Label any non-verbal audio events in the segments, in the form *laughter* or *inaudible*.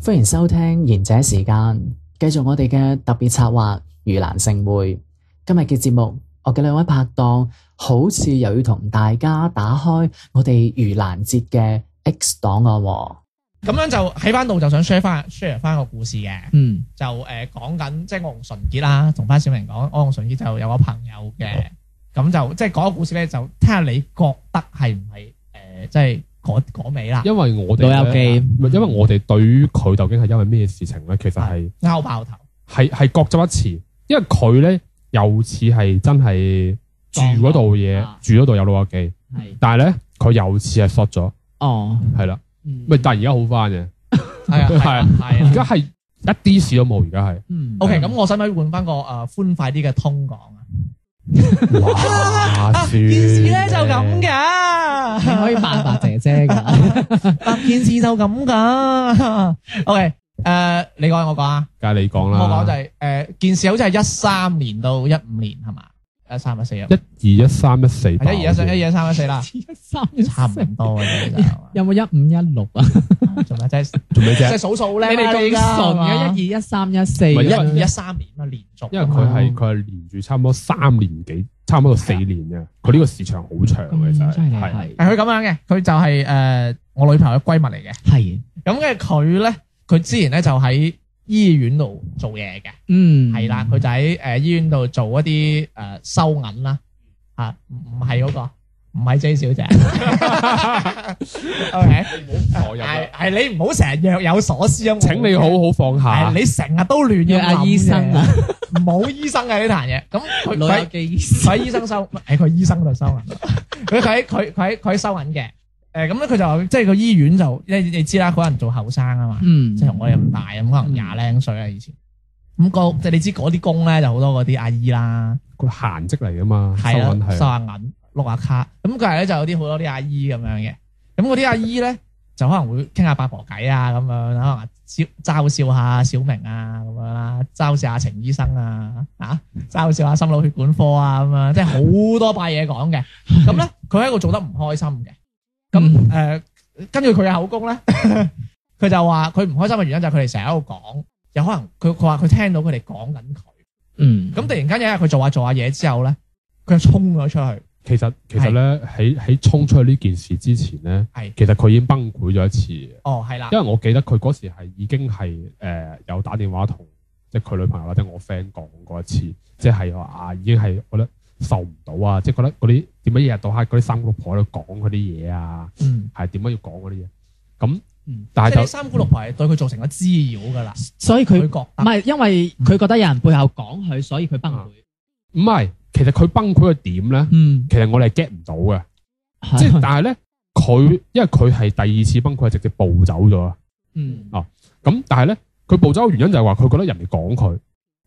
歡迎收聽賢者時間，繼續我哋嘅特別策劃盂蘭勝會。今日嘅節目，我嘅兩位拍檔好似又要同大家打開我哋盂蘭節嘅 X 檔案喎。咁樣就喺翻度就想 share 翻 share 翻個故事嘅，嗯就誒講緊即係我同純潔啦，同翻小明講，我同純潔就有個朋友哦嘅，咁就即係講個故事咧，就聽下你覺得係唔係誒即係嗰嗰尾啦，因為我哋老友記唔係因為我哋對於佢究竟係因為咩事情咧，其實係拗爆頭，係係各執一詞，因為佢咧又似係真係住嗰度嘢啊，住嗰度有老友記，係但係咧佢又似係 short 咗，哦，係啦，嗯咪但係而家好翻嘅，係啊係啊係而啊。家係一啲事都冇，而家係嗯 OK，咁我使唔使換翻個誒歡快啲嘅通講啊？哇，件事咧就咁，噶，你可以扮白姐姐㗎，件事就咁噶。OK，誒你講我講啊。梗係你講啦，我講就係、誒、件事好似係一三年到一五年係嘛？一三一四啊，一二一三一四，係一二一三一二一三一四啦，一三一差唔四，多嘅啫，有冇一五一六啊？做咩啫？做咩即啫係？數數咧，你哋咁純嘅，一一啊二一三一四，係二因一為二一三年啊，連續啊嘛，因為佢哦係佢係連住差唔多三年幾，差唔多四年嘅，佢呢個時長好長嘅，其實 *laughs* 咁嗯犀利係。係係佢咁樣嘅，佢就係、誒、我女朋友嘅閨蜜嚟嘅。係，咁嘅佢咧，佢之前咧就喺醫院度做嘢嘅，嗯係啦、佢就喺誒、醫院度做一啲誒、收銀啦，啊唔唔係嗰個，唔係 *laughs* J 小姐，OK。好係係你唔好成日若有所思啊咁。啊請你好好放下係。你成日都亂約咁諗阿嘅醫生啊，，冇醫生嘅呢壇嘢。咁佢 *laughs* 老友佢記醫生，佢喺醫生收，喺佢醫生嗰度收銀。佢佢喺佢佢喺佢喺收銀嘅。誒咁咧，佢就即係個醫院就，你你知啦，嗰人做後生啊嘛，嗯即係同我哋咁大咁，可能廿零歲啦啊以前。咁個即係你知嗰啲工咧就好多嗰啲阿姨啦。佢閒職嚟噶嘛，啊收係啦，啊銀收係。啊下銀，碌下卡。咁佢係咧就有啲好多啲阿姨咁樣嘅。咁嗰啲阿姨咧就可能會傾下八婆偈啊，咁樣可能嘲嘲笑下小明啊咁樣啦，嘲笑下程醫生啊，啊嘲笑下心腦血管科啊咁樣，即係好多拜嘢講嘅。咁咧佢喺度做得唔開心嘅。咁誒、嗯呃根據佢嘅口供咧，佢就話佢唔開心嘅原因就係佢哋成日喺度講，有可能佢佢話佢聽到佢哋講緊佢。嗯咁突然間有一日佢做下做下嘢之後咧，佢就衝咗出去。其實其實咧喺喺衝出去呢件事之前咧係，其實佢已經崩潰咗一次嘅，哦，係啦因，為我記得佢嗰時係已經係誒有打電話同即係佢女朋友或者我 friend 講過一次，即係話啊已經係覺得受唔到啊，即係覺得嗰啲點解一日到黑嗰啲三姑六婆喺度講嗰啲嘢啊，嗯，係點解要講嗰啲嘢？咁嗯但係即係呢就三姑六婆係對佢造成咗滋擾噶啦，所以佢佢唔覺得係因為佢覺得有人背後講佢，所以佢崩潰，唔係，其實佢崩潰嘅點咧，嗯，其實我哋係 get 唔到 *laughs* 嘅。即係係，但係咧，佢因為佢係第二次崩潰，係直接暴走咗啊。嗯咁但係咧，佢暴走嘅原因就係話佢覺得人哋講佢。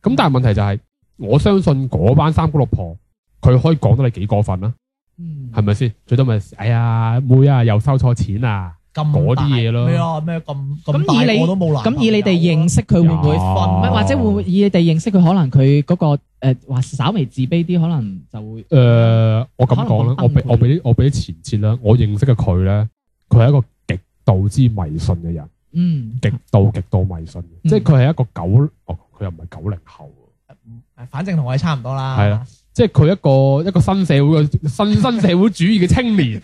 咁但係問題就係、我相信嗰班三姑六婆，佢可以講得你幾過分啦，嗯係咪先？最多咪、哎呀妹啊，又收錯錢啊，咁嗰大啲嘢咯咩啊咩咁咁咁以大你我都冇男朋咁友啊。以你哋認識佢會唔會有分？唔係或者會唔會以你哋認識佢，可能佢嗰、個誒話、稍微自卑啲，可能就會誒、呃我咁講啦，可我能俾崩潰我俾啲我俾啲前設啦，我認識嘅佢咧，佢係一個極度之迷信嘅人，嗯極度極度迷信嘅，即係佢係一個九，哦佢又唔係九零後喎。誒反正同我哋差唔多啦。係啦，即係佢一個一個新社會嘅新新社會主義嘅青年，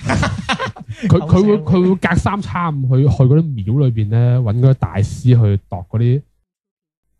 *laughs* 佢佢會佢會隔三差五去去嗰啲廟裏邊咧，揾嗰啲大師去度嗰啲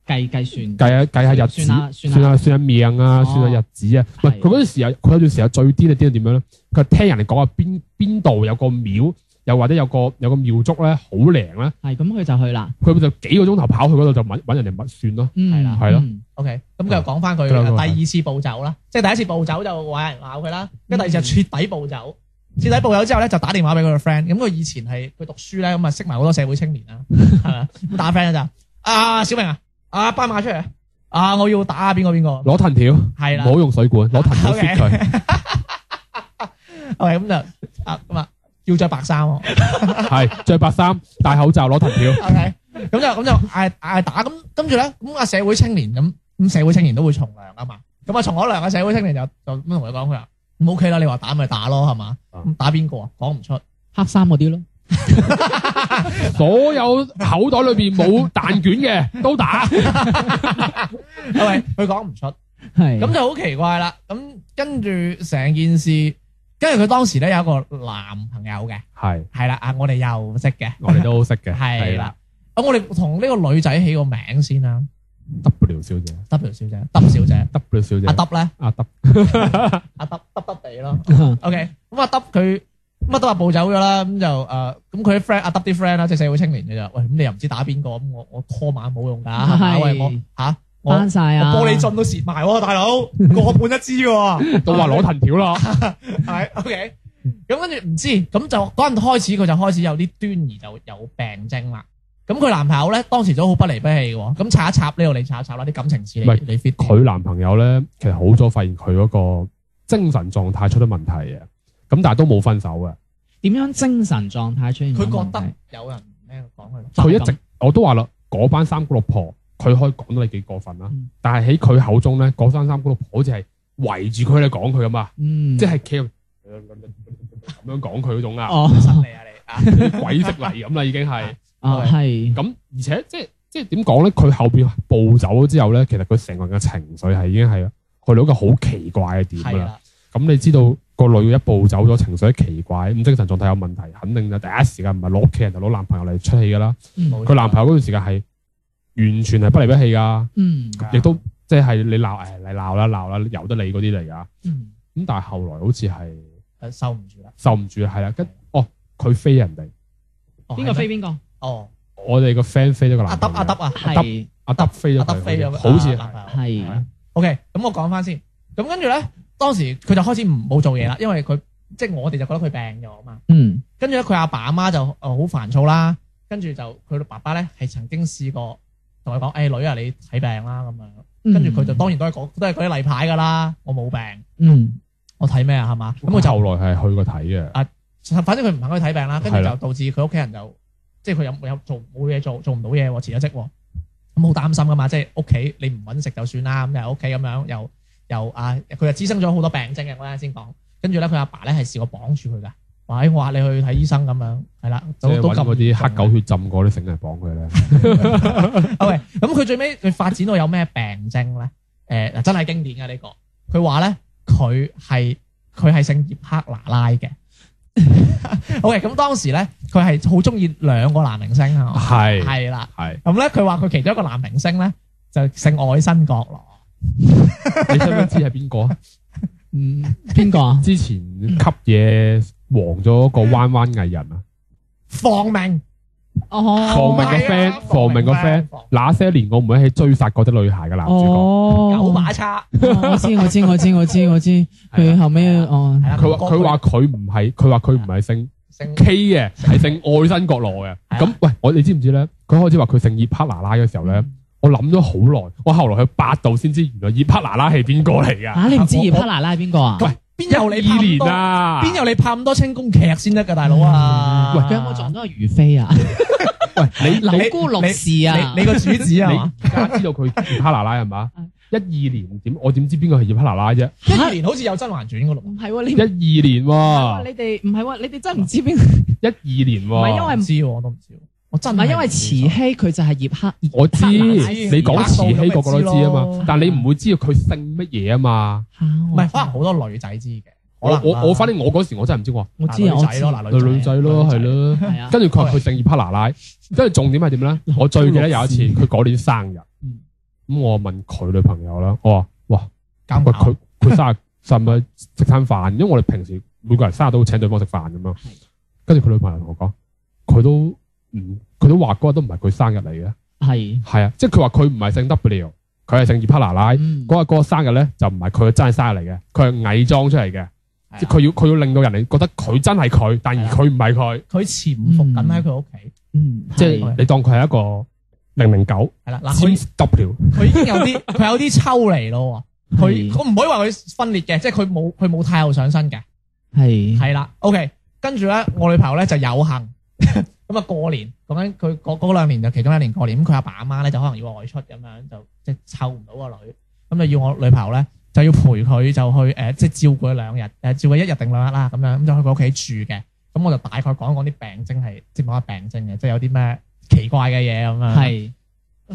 計計算計下計下日子，算算啦算啦下算下命啊，哦算下日子啊。唔係係佢嗰段時候，佢有段時候最癲嘅癲係點樣咧？佢係聽人哋講話邊邊度有個廟，又或者有個有個廟祝咧好靈咧，係咁，佢就去啦，佢就幾個鐘頭跑去嗰度就揾揾人哋物算咯。嗯係啦係咯嗯 OK，咁佢又講翻佢繼續講第二次暴走啦，即係第一次暴走就話有人鬧佢啦，跟住第二次就徹底暴走。徹底暴走之後咧，就打電話俾佢個 friend。咁佢以前係佢讀書咧，咁啊識埋好多社會青年啦，係咪？咁打 friend 就啊小明啊，啊斑馬出嚟啊啊，我要打邊個邊個。攞藤條，唔係啦好用水管，攞藤條 fit *laughs* 佢， OK，咁就 À, 啊咁啊，要着白衫喎。係着白衫，戴口罩，攞藤 *laughs* 條。 OK，咁就咁就嗌嗌打，咁跟住咧，咁啊社會青年咁，咁社會青年都會從良啊嘛，咁啊從咗良嘅社會青年就就咁同佢講，佢話咁 OK 啦，你話打咪打咯，係嘛？啊咁打邊個啊？講唔出。黑衫嗰啲咯，所有口袋裏边冇蛋卷嘅都打，係咪？佢講唔出， *laughs* 係咁就好奇怪啦。咁跟住成件事，跟住佢當時咧有一個男朋友嘅，係係啦，啊，我哋又識嘅，我哋都好識嘅， *laughs* 係啦。啊，我哋同呢個女仔起個名先係啦啦，W 小姐，W 小姐，W 小姐， ，W 小姐，阿 W 咧，阿 W 阿 W 耷耷地咯。OK，咁阿 W 佢乜都話暴走咗啦，咁就誒，咁佢啲 friend 阿 W 啲 friend 啦，即係社會青年嘅咋，喂，咁你又唔知打邊個，咁我我 call 碼冇用㗎，係咪係喂我嚇我翻晒我啊，玻璃樽都蝕埋喎，大 *laughs* 佬個半一支喎，都話攞藤條啦，係 OK，咁跟住唔知，咁就嗰陣開始佢就開始有啲端倪，就有病徵啦。咁佢男朋友咧當時都好不離不棄嘅喎，咁插一插呢度你插一插啦，啲感情事你唔係你 fit 啲佢男朋友咧，其實好早發現佢嗰個精神狀態出咗問題嘅，咁但係都冇分手嘅。點樣精神狀態出現咗佢覺問題？得有人咩講 *laughs* 佢佢一直我都話啦，嗰班三姑六婆，佢可以講到你幾過分啦。嗯但係喺佢口中咧，嗰班三姑六婆好似係圍住佢嚟講佢咁啊，嗯，即係企喺度咁樣講佢嗰種啊，哦失你啊你啊！鬼識嚟咁啦已經係。啊係咁而且即係即係點講咧？佢後邊暴走咗之後咧，其實佢成個人嘅情緒係已經係去到一個好奇怪嘅點啊㗎係啦。啦，咁你知道個女一步走咗，情緒一奇怪，咁精神狀態有問題，肯定就第一時間唔係攞屋企人就攞男朋友嚟出氣噶啦。嗯冇佢男朋友嗰段時間係完全係不離不棄噶，嗯啊亦都即係你鬧誒，你鬧啦鬧啦，由得你嗰啲嚟噶。嗯咁但係後來好似係誒呃受唔住啦。受唔住，係啦，跟哦佢飛人哋，哦邊個？係飛咩邊個？哦，我哋個 friend 飛咗個阿男德朋友阿德啊，係阿德飛咗阿德佢，飛咗好似啊男係朋友係 OK，咁我講翻先。咁跟住咧，當時佢就開始唔冇做嘢啦，因為佢即係我哋就覺得佢病咗啊嘛。嗯跟住咧，佢阿爸阿媽就呃好煩躁啦。跟住就佢爸爸咧係曾經試過同佢講：，誒、女啊，你睇病啦咁樣。嗯跟住佢就當然都係講都係嗰啲例牌㗎啦，我冇病，嗯我睇咩啊係嘛？咁咁佢佢就後來係去過睇嘅，反正佢唔肯去睇病啦，跟住係啦就導致佢屋企人就即係佢有有做冇嘢做，做唔到嘢喎，辭咗職喎，咁好擔心噶嘛，即係屋企你唔揾食就算啦，咁又喺屋企咁樣又又啊，佢又滋生咗好多病徵嘅，我啱先講，跟住咧佢阿爸咧係試過綁住佢噶，話哎我話你去睇醫生咁樣，係啦，即都係都揾咁嗰啲嚴重黑狗血浸過啲繩嚟綁佢 *laughs* 咧。啊喂，咁佢最尾佢發展到有咩病徵咧？诶、嗱，真係經典嘅呢、個。佢話咧，佢係佢係姓葉克拿拉嘅。OK，咁當時咧，佢係好中意兩個男明星啊，係係啦。係，咁咧，佢話佢其中一個男明星咧就姓愛新覺羅，你想唔想知係邊個啊？嗯邊個啊？之前吸嘢黃咗個彎彎藝人啊，放明，哦，放明個係啊 friend，放明個 friend，放那些年我們一起追殺嗰啲女孩嘅男主角，哦，九把叉，哦我知我知我知我知我知，佢後尾哦係啦佢話佢話佢唔係佢話佢唔係姓姓 K 嘅，係姓愛新覺羅嘅。 *laughs* 係啊咁喂，我你知唔知咧？佢開始話佢姓葉克拿拉嘅時候咧，嗯我諗咗好耐，我後來去百度先知，原來葉克拿拉係邊個嚟㗎？嚇你唔知葉克娜拉係邊個啊？邊有你拍二咁年多？啊，邊有你拍咁多清宮劇先得㗎，大佬啊！佢有冇撞到阿如妃啊？喂你 *laughs* 柳姑六氏啊？你你個主子啊嘛？而家知道佢葉克拿拉係嘛？一二年點我點知邊個係葉克拿拉啫？一二年好似有《甄嬛傳》嗰度，唔係喎，你一二年哇喎，你哋唔係喎， *laughs* 你哋真係唔知邊一二年喎，唔係因為唔知喎我都唔知喎，我真唔係因為慈禧佢就係葉克，我知，知你講慈禧個個都知啊百度咁咪知嘛咯，但你唔會知道佢姓乜嘢啊嘛。嚇唔係可能好多女仔知嘅，可我能啦我我反正我嗰時我真係唔知我話我知女啊，我仔知咯，嗱女女仔咯，係，咯。係啊，跟住佢話佢姓葉克拿拉，跟住重點係點咧？我最記得有一次佢嗰年生日，嗯咁我問佢女朋友啦，我話：哇，咁喂佢佢生日使唔使食餐飯？因為我哋平時每個人生日都會請對方食飯咁樣。跟住佢女朋友同我講，佢都唔佢都話嗰日都唔係佢生日嚟嘅，係係啊，即係佢話佢唔係姓 W，佢係姓葉克拿拉。嗯嗰日嗰個生日咧就唔係佢真係生日嚟嘅，佢係偽裝出嚟嘅，啊即係佢要佢要令到人哋覺得佢真係佢，但而佢唔係佢，佢潛伏緊喺佢屋企，嗯，即係係你當佢係一個零零九係啦，嗱佢，James W，佢已經有啲佢有啲抽離咯喎，佢係我唔可以話佢分裂嘅，即係佢冇佢冇太后上身嘅，係係啦，OK，跟住咧我女朋友咧就有幸。 *laughs* 咁啊過年咁樣，佢嗰嗰兩年就其中一年過年，咁佢阿爸阿媽咧就可能要外出咁樣，就即係湊唔到個女，咁就要我女朋友咧就要陪佢就去誒、呃即係照顧佢兩日，誒、照顧一日定兩日啦，咁樣咁就去佢屋企住嘅。咁我就大概講講啲病徵係，即係冇乜病徵嘅，即係有啲咩奇怪嘅嘢咁樣。係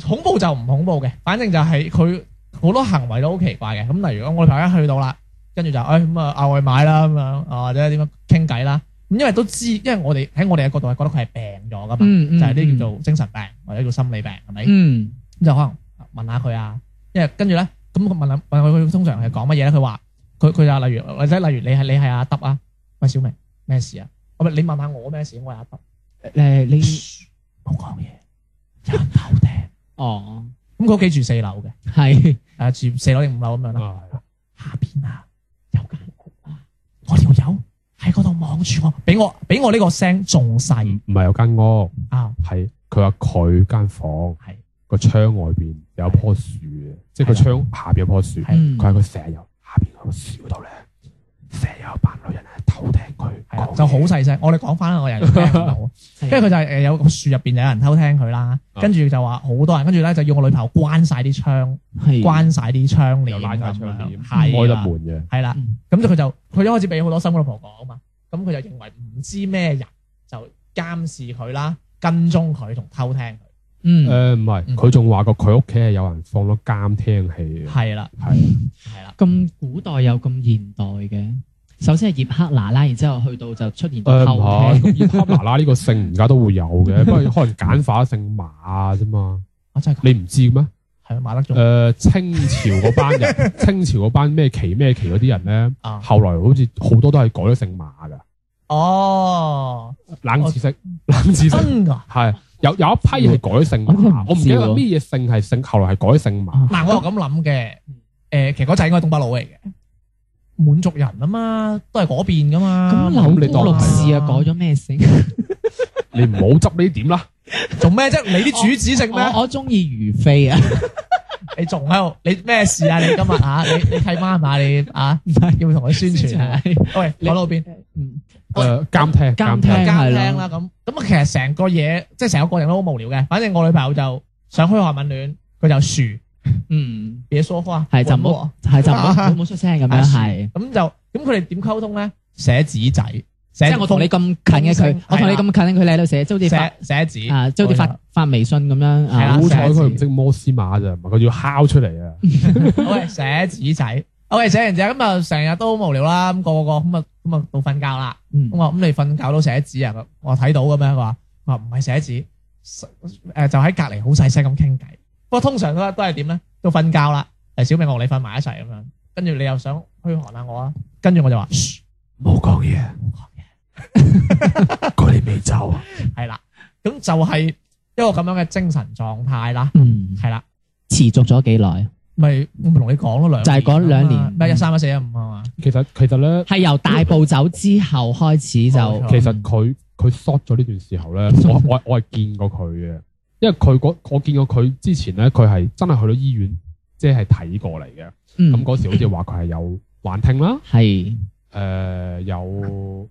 恐怖就唔恐怖嘅，反正就係佢好多行為都好奇怪嘅。咁例如我女朋友一去到啦，跟住就誒咁啊嗌外賣啦咁樣，啊或者點樣傾偈啦。咁因為都知，因為我哋喺我哋嘅角度係覺得佢係病咗噶嘛，嗯嗯就係呢叫做精神病或者叫心理病係咪？咁、嗯就可能問下佢啊，因為跟住咧，咁我問下問佢，佢通常係講乜嘢咧？佢話佢佢就例如或者例如你係你係阿德啊，喂小明咩事啊？我你問下我咩事，我係阿德，誒你冇講嘢，有人偷聽。哦咁佢屋企住四樓嘅。 *laughs* 係诶、啊住四樓定五樓咁樣啦。啊，係啊下邊啊有間屋啊，我條友喺嗰度望住我，比我比我呢個聲仲細唔係有間屋，啊，係佢話佢間房係個窗外邊有棵樹嘅，即係佢係窗下邊有棵樹，係嗯佢喺佢成日由下邊嗰個樹嗰度咧，成日有一班女人喺偷聽佢係啦講嘢，就好細聲。我哋講翻啦，我人聽 *laughs* 唔到，跟跟住佢就係誒有個樹入邊有人偷聽佢啦，啊跟住就話好多人，跟住咧就要我女朋友關晒啲窗，係關晒啲窗簾嗯又拉晒咁窗樣，簾，係啊開得啦，門嘅。係啦。嗯咁就佢就佢一開始俾好多新老婆講啊嘛，咁佢就認為唔知咩人就監視佢啦、跟蹤佢同偷聽佢，嗯誒唔係，嗯佢仲話過佢屋企係有人放咗監聽器嘅，啊係啦，係係啦。咁古代有咁現代嘅，首先係葉赫那啦，然之後去到就出現誒唔後係，聽，咁伊塔娜拉呢個姓而家都會有嘅，不過可能簡化姓馬啫嘛，我真係你唔知咩？係馬德仲誒呃清朝嗰班人，清朝嗰班咩旗咩旗嗰啲人咧，啊？後來好似好多都係改咗姓馬㗎，哦，冷知識，冷知識 *laughs* 真㗎！係有有一批係改咗姓我真係馬唔，我唔記得知喎咩嘢姓係姓，後來係改咗姓 *laughs* 馬，嗱，我又咁諗嘅嗯。誒，其實嗰仔應該係東北佬嚟嘅，滿族人啊嘛，都係嗰邊噶嘛。咁諗柳你當公六係氏啊改咗咩姓？你唔好執呢點啦，做咩啫？你啲主子食咩？我我中意如 *laughs* 妃啊，你仲喺度？你咩事啊？你今日 *laughs* 嚇你你契媽嘛？你啊唔係要唔要同佢宣 *laughs* 傳啊？係喂，你講到邊？嗯誒監聽監聽聽係咯聽啦咁咁啊，其實成個嘢即係成個過程都好無聊嘅。反正我女朋友就想噓寒問暖，佢就樹 *laughs* 嗯別疏忽啊，係就唔冇。好係就唔好唔好出聲咁樣係。啊咁就咁佢哋點溝通咧？寫紙仔，即寫係我同你咁近封嘅佢信，我同你係咁近佢你喺度寫，即係好似發寫寫紙，啊，即係好似發發微信咁樣係啦啊好，彩寫字佢唔識摩斯碼咋，唔係佢要敲出嚟啊！喂寫紙仔。O.K. 寫完之後咁啊，成日都好無聊啦，咁個個咁啊咁啊到瞓覺啦。嗯咁我話咁你瞓覺都寫紙啊？我話睇到嘅咩？佢話我話唔係寫紙，誒就喺隔離好細聲咁傾偈。不過通常都都係點咧？到瞓覺啦，誒小明我同你瞓埋一齊咁樣，跟住你又想虛寒下我啊，跟住我就話噓冇講嘢， *laughs* 唔講嘢佢哋未走啊！係啦，咁就係一個咁樣嘅精神狀態啦，嗯係啦。持續咗幾耐？咪我咪同你講咯，兩就係講兩年啊嘛咩一三一四一五啊嘛，其實其實咧。係由大步走之後開始冇就錯哦其實佢佢 short 咗呢段時候咧，我我我係見過佢嘅，因為佢嗰我見過佢之前咧，佢係真係去到醫院，即係睇過嚟嘅。咁嗯嗰時好似話佢係有幻聽啦，係誒、有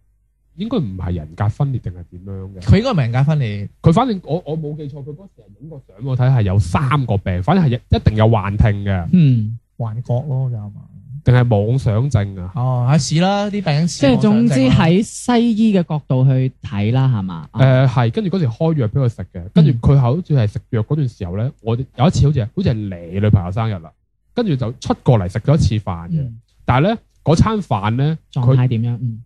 應該唔係人格分裂定係點樣嘅。佢應該唔係人格分裂，佢反正我我冇記錯，佢嗰時係影個相我睇係有三個病，反正係一定有幻聽嘅，嗯，幻覺咯就係嘛。定係妄想症啊。哦，係是啦，啲病即係總之啊喺西醫嘅角度去睇啦，係嘛？誒呃係，跟住嗰時開藥俾佢食嘅，跟住佢好似係食藥嗰段時候咧，我哋有一次好似係好似係你女朋友生日啦，跟住就出過嚟食咗一次飯嘅，嗯但係咧嗰餐飯咧狀佢態點樣？嗯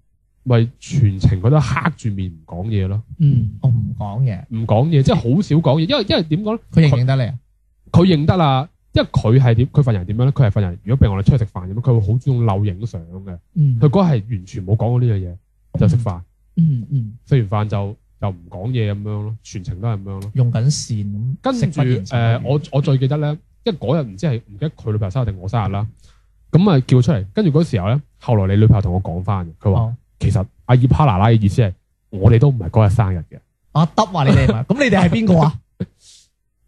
咪全程佢都黑住面唔講嘢咯，嗯我唔講嘢，唔講嘢，即係好少講嘢，因為因為點講咧，佢認唔認得你啊？佢認得啦，因為佢係點，佢份人點樣咧？佢係份人，如果俾我哋出去食飯咁樣，佢會好中意漏影相嘅，嗯佢嗰日係完全冇講過呢樣嘢，就食飯，嗯嗯食完飯就就唔講嘢咁樣咯，全程都係咁樣咯。用緊線咁，跟住食不誒、言情不語我我最記得咧，因為嗰日唔知係唔記得佢女朋友生日定我生日啦，咁啊叫佢出嚟，跟住嗰時候咧，後來你女朋友同我講翻，佢話、哦其實阿葉哈娜拉嘅意思係我哋都唔係嗰日生日嘅，阿德啊話你哋 *laughs* 唔係，咁你哋係邊個啊？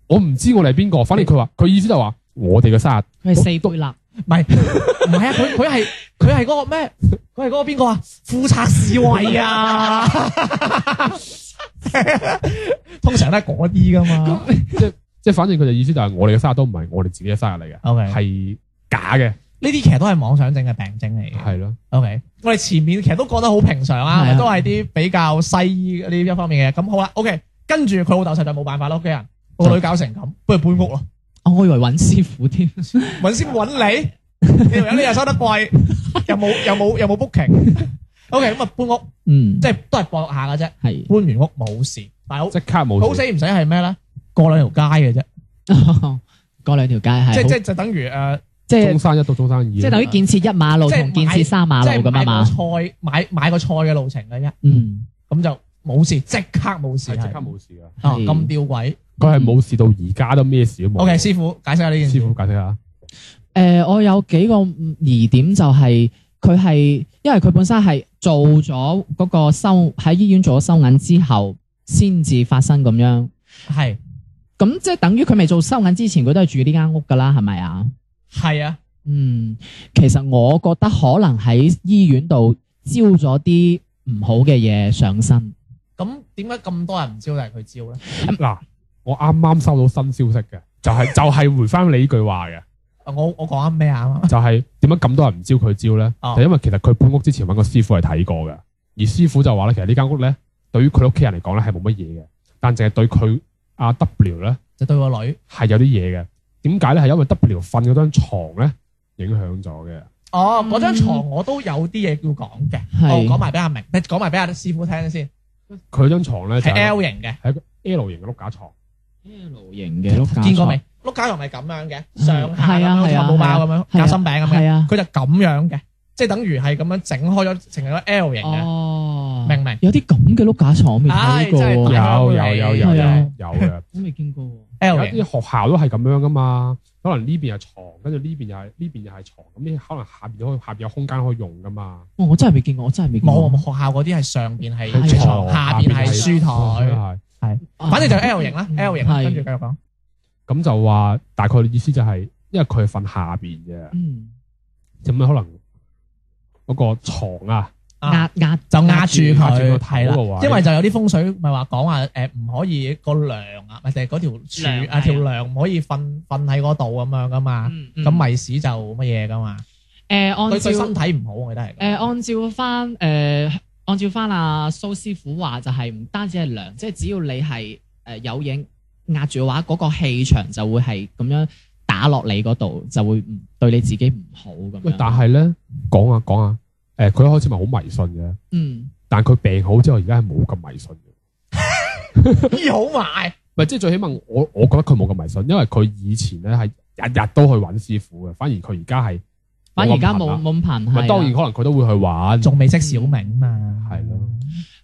我唔知我哋係邊個，反正佢話佢意思就話我哋嘅生日嗯，佢係四倍唔立。係唔係啊？佢佢係佢係嗰個咩？佢係嗰個邊個啊？富察侍衛啊！ *laughs* 通常都係嗰啲噶嘛。即係反正佢嘅意思就係我哋嘅生日都唔係我哋自己嘅生日嚟嘅， O K，係假嘅，呢啲其實都係妄想症嘅病徵嚟嘅。係咯， OK，我哋前面其實都講得好平常啊，係啊都係啲比較西醫呢一方面嘅嘢。咁好啦，OK，跟住佢老豆實在冇辦法啦，屋企人個女搞成咁，不如搬屋咯，啊我以為揾師傅添，揾先揾你，你條友你又收得貴，又冇又冇又冇 booking。OK，咁啊搬屋，嗯，即係都係搏下嘅啫。係 *laughs* 搬完屋冇事，但係好即刻冇好死事。唔死係咩咧？過兩條街嘅啫，嗰兩條街係即好即係就等於呃誒，即中係山一到中山二，即係等於建設一馬路即係同建買設三馬即係路咁啊買個嘛，菜買買個菜嘅路程嘅啫，嗯，咁就冇事，即刻冇事係即刻係冇事噶。啊係咁吊鬼。佢係冇事到而家都咩事都冇。 O K，師傅解釋下呢件師事。傅解釋下，誒，呃我有幾個疑點就係佢係因為佢本身係做咗嗰個收喺醫院做咗收銀之後，先至發生咁樣。係咁即係等於佢未做收銀之前，佢都係住呢間屋㗎啦，係咪啊？係啊，嗯，其實我覺得可能喺醫院度招咗啲唔好嘅嘢上身。哦咁點解咁多人唔招，但係佢招咧？嗱，我啱啱收到新消息嘅，就 *laughs* 係就係回翻你呢句話嘅，啊我我講緊咩啊？就係點解咁多人唔招佢招咧？哦就因為其實佢搬屋之前揾個師傅係睇過嘅，而師傅就話咧，其實呢間屋咧對於佢屋企人嚟講咧係冇乜嘢嘅，但淨係對佢阿 W 咧就對個女。係有啲嘢嘅。點解咧？係因為 W 瞓嗰張床咧影響咗嘅。哦，嗰張床我都有啲嘢要講嘅。係哦，講埋俾阿明，你講埋俾阿師傅聽先。佢張床咧就係係 L 型嘅， L 型嘅碌架床， L 型嘅碌架見過未？碌架床咪咁樣嘅，上下咁係啊樣，好似係啊漢堡包咁樣，係啊夾心餅咁係樣。啊，佢就咁樣嘅，即係等於係咁樣整開咗，成咗 L 型 Ờ. 嘅，哦，明唔明？有啲咁嘅碌架床我未睇過唉真係有大喎，啊有有有有係啊有嘅。我未見過喎。 ？L 型有啲學校都係咁樣噶嘛，可能呢邊係床，跟住呢邊又係呢邊又係床，咁呢可能下邊可以下邊有空間可以用噶嘛。哦哇我真係未見過，我真係未見冇，過我。哋學校嗰啲係上邊係係床，床下邊係下邊書台，係啊反正就 L 型啦，L 型啦。係跟住繼續講。咁就話大概嘅意思就係、因為佢係瞓下邊嘅，嗯咁樣可能嗰個床啊，啊壓壓就壓住壓住佢，個係頭個啦，位因為就有啲風水咪話講話誒唔可以個梁嗯啊，咪定係嗰條梁柱啊條梁唔可以瞓瞓喺嗰度咁樣噶嘛，嗯咁咪屎就乜嘢噶嘛，誒按對對照身體唔好，我記得係。誒 *laughs* 按照翻誒按照翻阿蘇師傅話，就係唔單止係涼，即係只要你係誒有影壓住嘅話，嗰個氣場就會係咁樣打落你嗰度，就會唔對你自己唔好咁喂，但樣。係咧講下講下，啊誒、佢一開始咪好迷信嘅，嗯，但佢病好之後而家係冇咁迷信嘅。醫好埋，唔係，即係最起碼我我覺得佢冇咁迷信，因為佢以前咧係日日都去揾師傅嘅，反而佢而家係反而而家冇咁頻啊啦冇冇咁頻咪係。當然。可能佢都會去玩，仲未識小明嘛，係咯。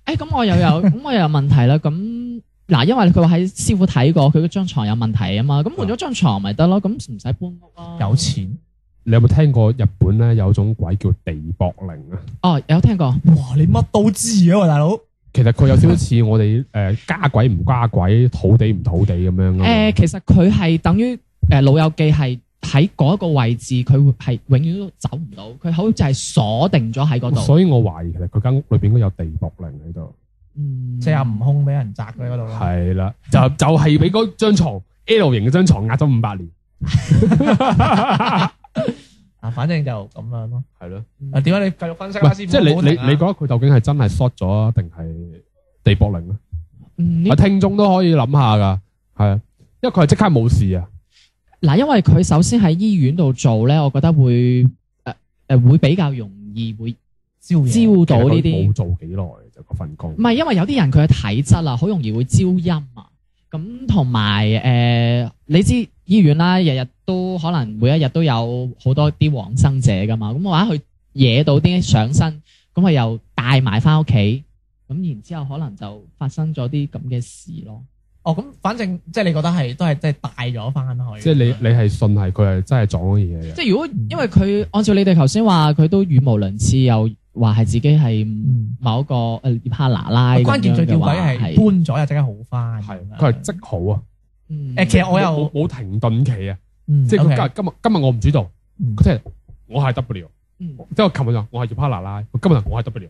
誒咁我又有咁我又有問題啦。咁嗱，因為佢話喺師傅睇過，佢嗰張床有問題啊嘛。咁換咗張床咪得咯，咁唔使搬屋咯。有錢，你有冇聽過日本咧有種鬼叫地縛靈啊？哦，有聽過。哇！你乜都知嘅喎，大佬。其實佢有少少似我 *laughs* 哋誒、呃家鬼唔家鬼，土地唔土地咁樣啊誒、咯。呃其實佢係等於誒、呃老友記係喺嗰一個位置，佢會係永遠都走唔到，佢好似係鎖定咗喺嗰度。所以我懷疑其實佢間屋裏邊應該有地縛靈喺度。嗯即係阿悟空俾人砸佢嗰度啦。係啦，就就係俾嗰張床 L 型嗰張床壓咗五百年。啊，反正就咁樣咯。係咯，啊，點解你繼續分析啦，喂，師即傅？係你你啊你覺講得佢究竟係真係 short 咗啊，定係地縛靈咧？嗯呢啊，聽眾都可以諗下㗎，係啊，因為佢係即刻冇事啊。嗱，因為佢首先喺醫院度做咧，我覺得會誒誒、呃會比較容易會招嘢招到呢其實佢啲冇。做幾耐就嗰份工。唔係，因為有啲人佢嘅體質啊，好容易會招陰啊。咁同埋誒，你知醫院啦，日日都可能每一日都有好多啲往生者噶嘛。咁話佢惹到啲上身，咁佢又帶埋翻屋企，咁然之後可能就發生咗啲咁嘅事咯。哦，咁反正即係你覺得係都係即係帶咗翻去。即係你你係信係佢係真係撞咗嘢嘅，即係如果嗯因為佢按照你哋頭先話，佢都語無倫次，又話係自己係嗯某一個誒涅哈拿拉咁樣嘅話，關鍵最吊詭係搬係咗又即刻好翻。係佢係即好啊！嗯呃誒，其實我又冇冇停頓期啊！嗯即係佢 OK 今日今日今日我唔主導，嗯佢即係我係 W，嗯即係我琴日就我係葉帕拿拉，佢今日就我係 *laughs* W，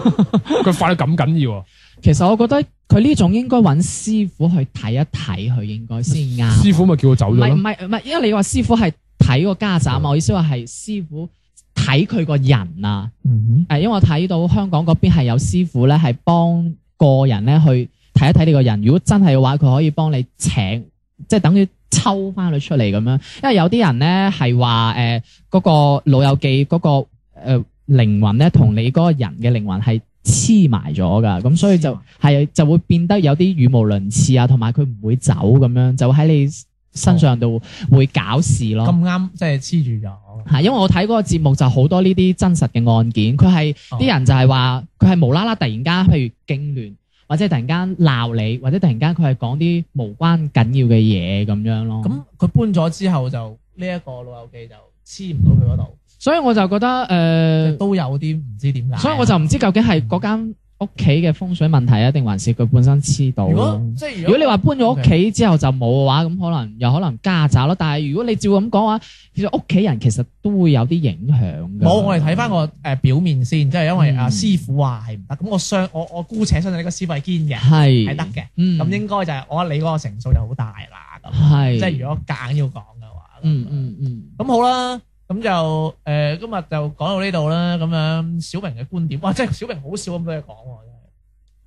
佢快到咁緊要啊！其實我覺得佢呢種應該揾師傅去睇一睇，佢應該先啱。師傅咪叫佢走唔咗係唔咯，係唔係，因為你話師傅係睇睇個家宅啊嘛，我意思話係師傅睇佢個人啊。嗯誒，因為我睇到香港嗰邊係有師傅咧，係幫個人咧去睇一睇你個人。如果真係嘅話，佢可以幫你請，即係等於抽翻佢出嚟咁樣。因為有啲人咧係話誒嗰個老友記嗰、個誒、呃、靈魂咧，同你嗰個人嘅靈魂係黐埋咗㗎，咁所以就係就會變得有啲語無倫次啊，同埋佢唔會走咁樣，就喺你身上度會搞事咯。哼，哦咁啱即係黐住咗。係，因為我睇嗰個節目就好多呢啲真實嘅案件，佢係哦啲人就係話佢係無啦啦突然間，譬如痙攣，或者突然間鬧你，或者突然間佢係講啲無關緊要嘅嘢咁樣咯。咁咁佢搬咗之後就呢一個老友記就黐唔到佢嗰度，所以我就覺得誒，呃都有啲唔知點解。所以我就唔知究竟係嗰間屋企嘅風水問題啊，定還是佢本身黐到如果咯。即係哦如果你話搬咗屋企之後就冇嘅話，咁可能有可能家宅咯。但係如果你照咁講嘅話，其實屋企人其實都會有啲影響嘅。冇，我哋睇翻個誒表面先，即係因為啊嗯師傅話係唔得，咁我相我我姑且相信呢個師傅係堅嘅，係係得嘅。嗯咁應該就係我覺得你嗰個成數就好大啦，咁係即係如果夾硬要講嘅話，嗯嗯嗯，咁好啦，咁就誒今日就講到呢度啦，咁樣小明嘅觀點，哇，即係小明好少咁多嘢講喎，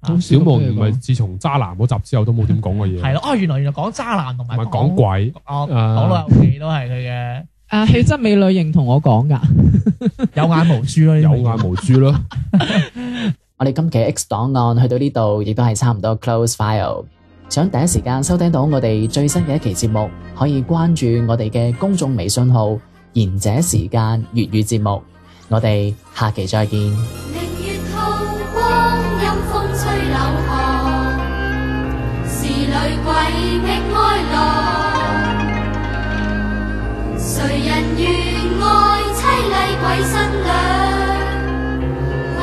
好啊小少毛俾佢唔係講自從渣男嗰集之後都冇點講過嘢，真係係同咯，哦，原來原來講渣男同埋埋講鬼。哦，啊講老友記都係佢嘅啊氣質美女認同我講噶，有眼無珠咯，呢有啲眼無珠咯。我哋今期 X 檔案去到呢度，亦都係差唔多 close file。想第一時間收聽到我哋最新嘅一期節目，可以關注我哋嘅公眾微信號「賢者時間粵語節目」。我哋下期再見。明月透光，陰風吹柳巷，是女鬼覓哀郎。誰人願愛凄厲鬼新娘？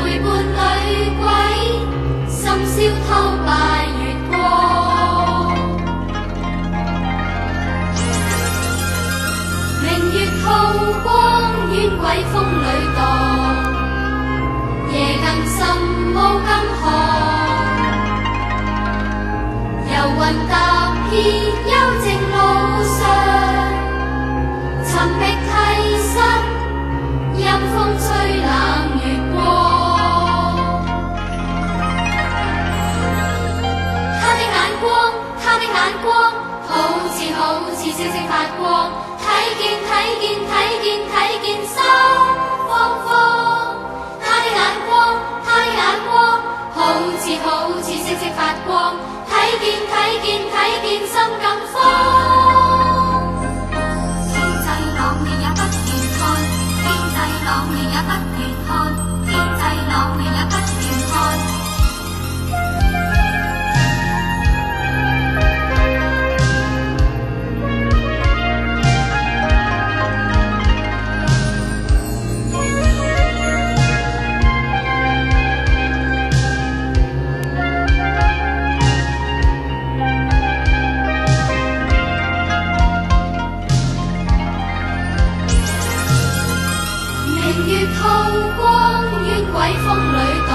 陪伴女鬼，深宵偷拜月光。明月透光，冤鬼風裏蕩。夜更深，霧更寒。遊魂踏遍幽靜路上，尋覓替身，陰風吹冷月光。他的眼光，他的眼光，好似好似星星發光，睇見睇見睇見睇見心慌慌。他的眼光，他的眼光，好似好似星星發光，睇見睇見睇見心更慌。天際朗月也不願看，天際朗月也不願看，天際朗月也不願看。明月透光，冤鬼風裏蕩，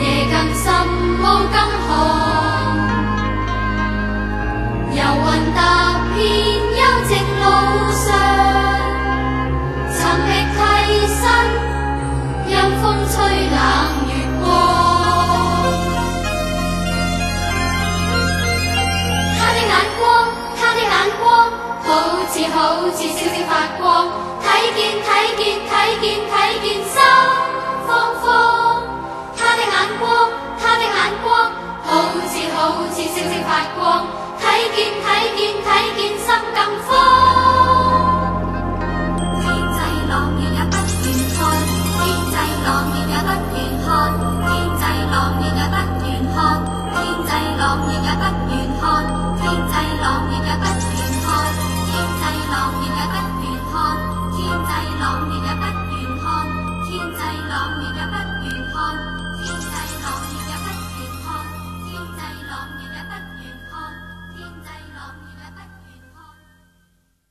夜更深，霧更寒。遊魂踏遍幽靜路上，尋覓替身，陰風吹冷月光。他的眼光，他的眼光，好似好似星星發光，睇見睇見睇見睇見心慌慌。他的眼光，他的眼光，好似好似星星發光，睇見睇見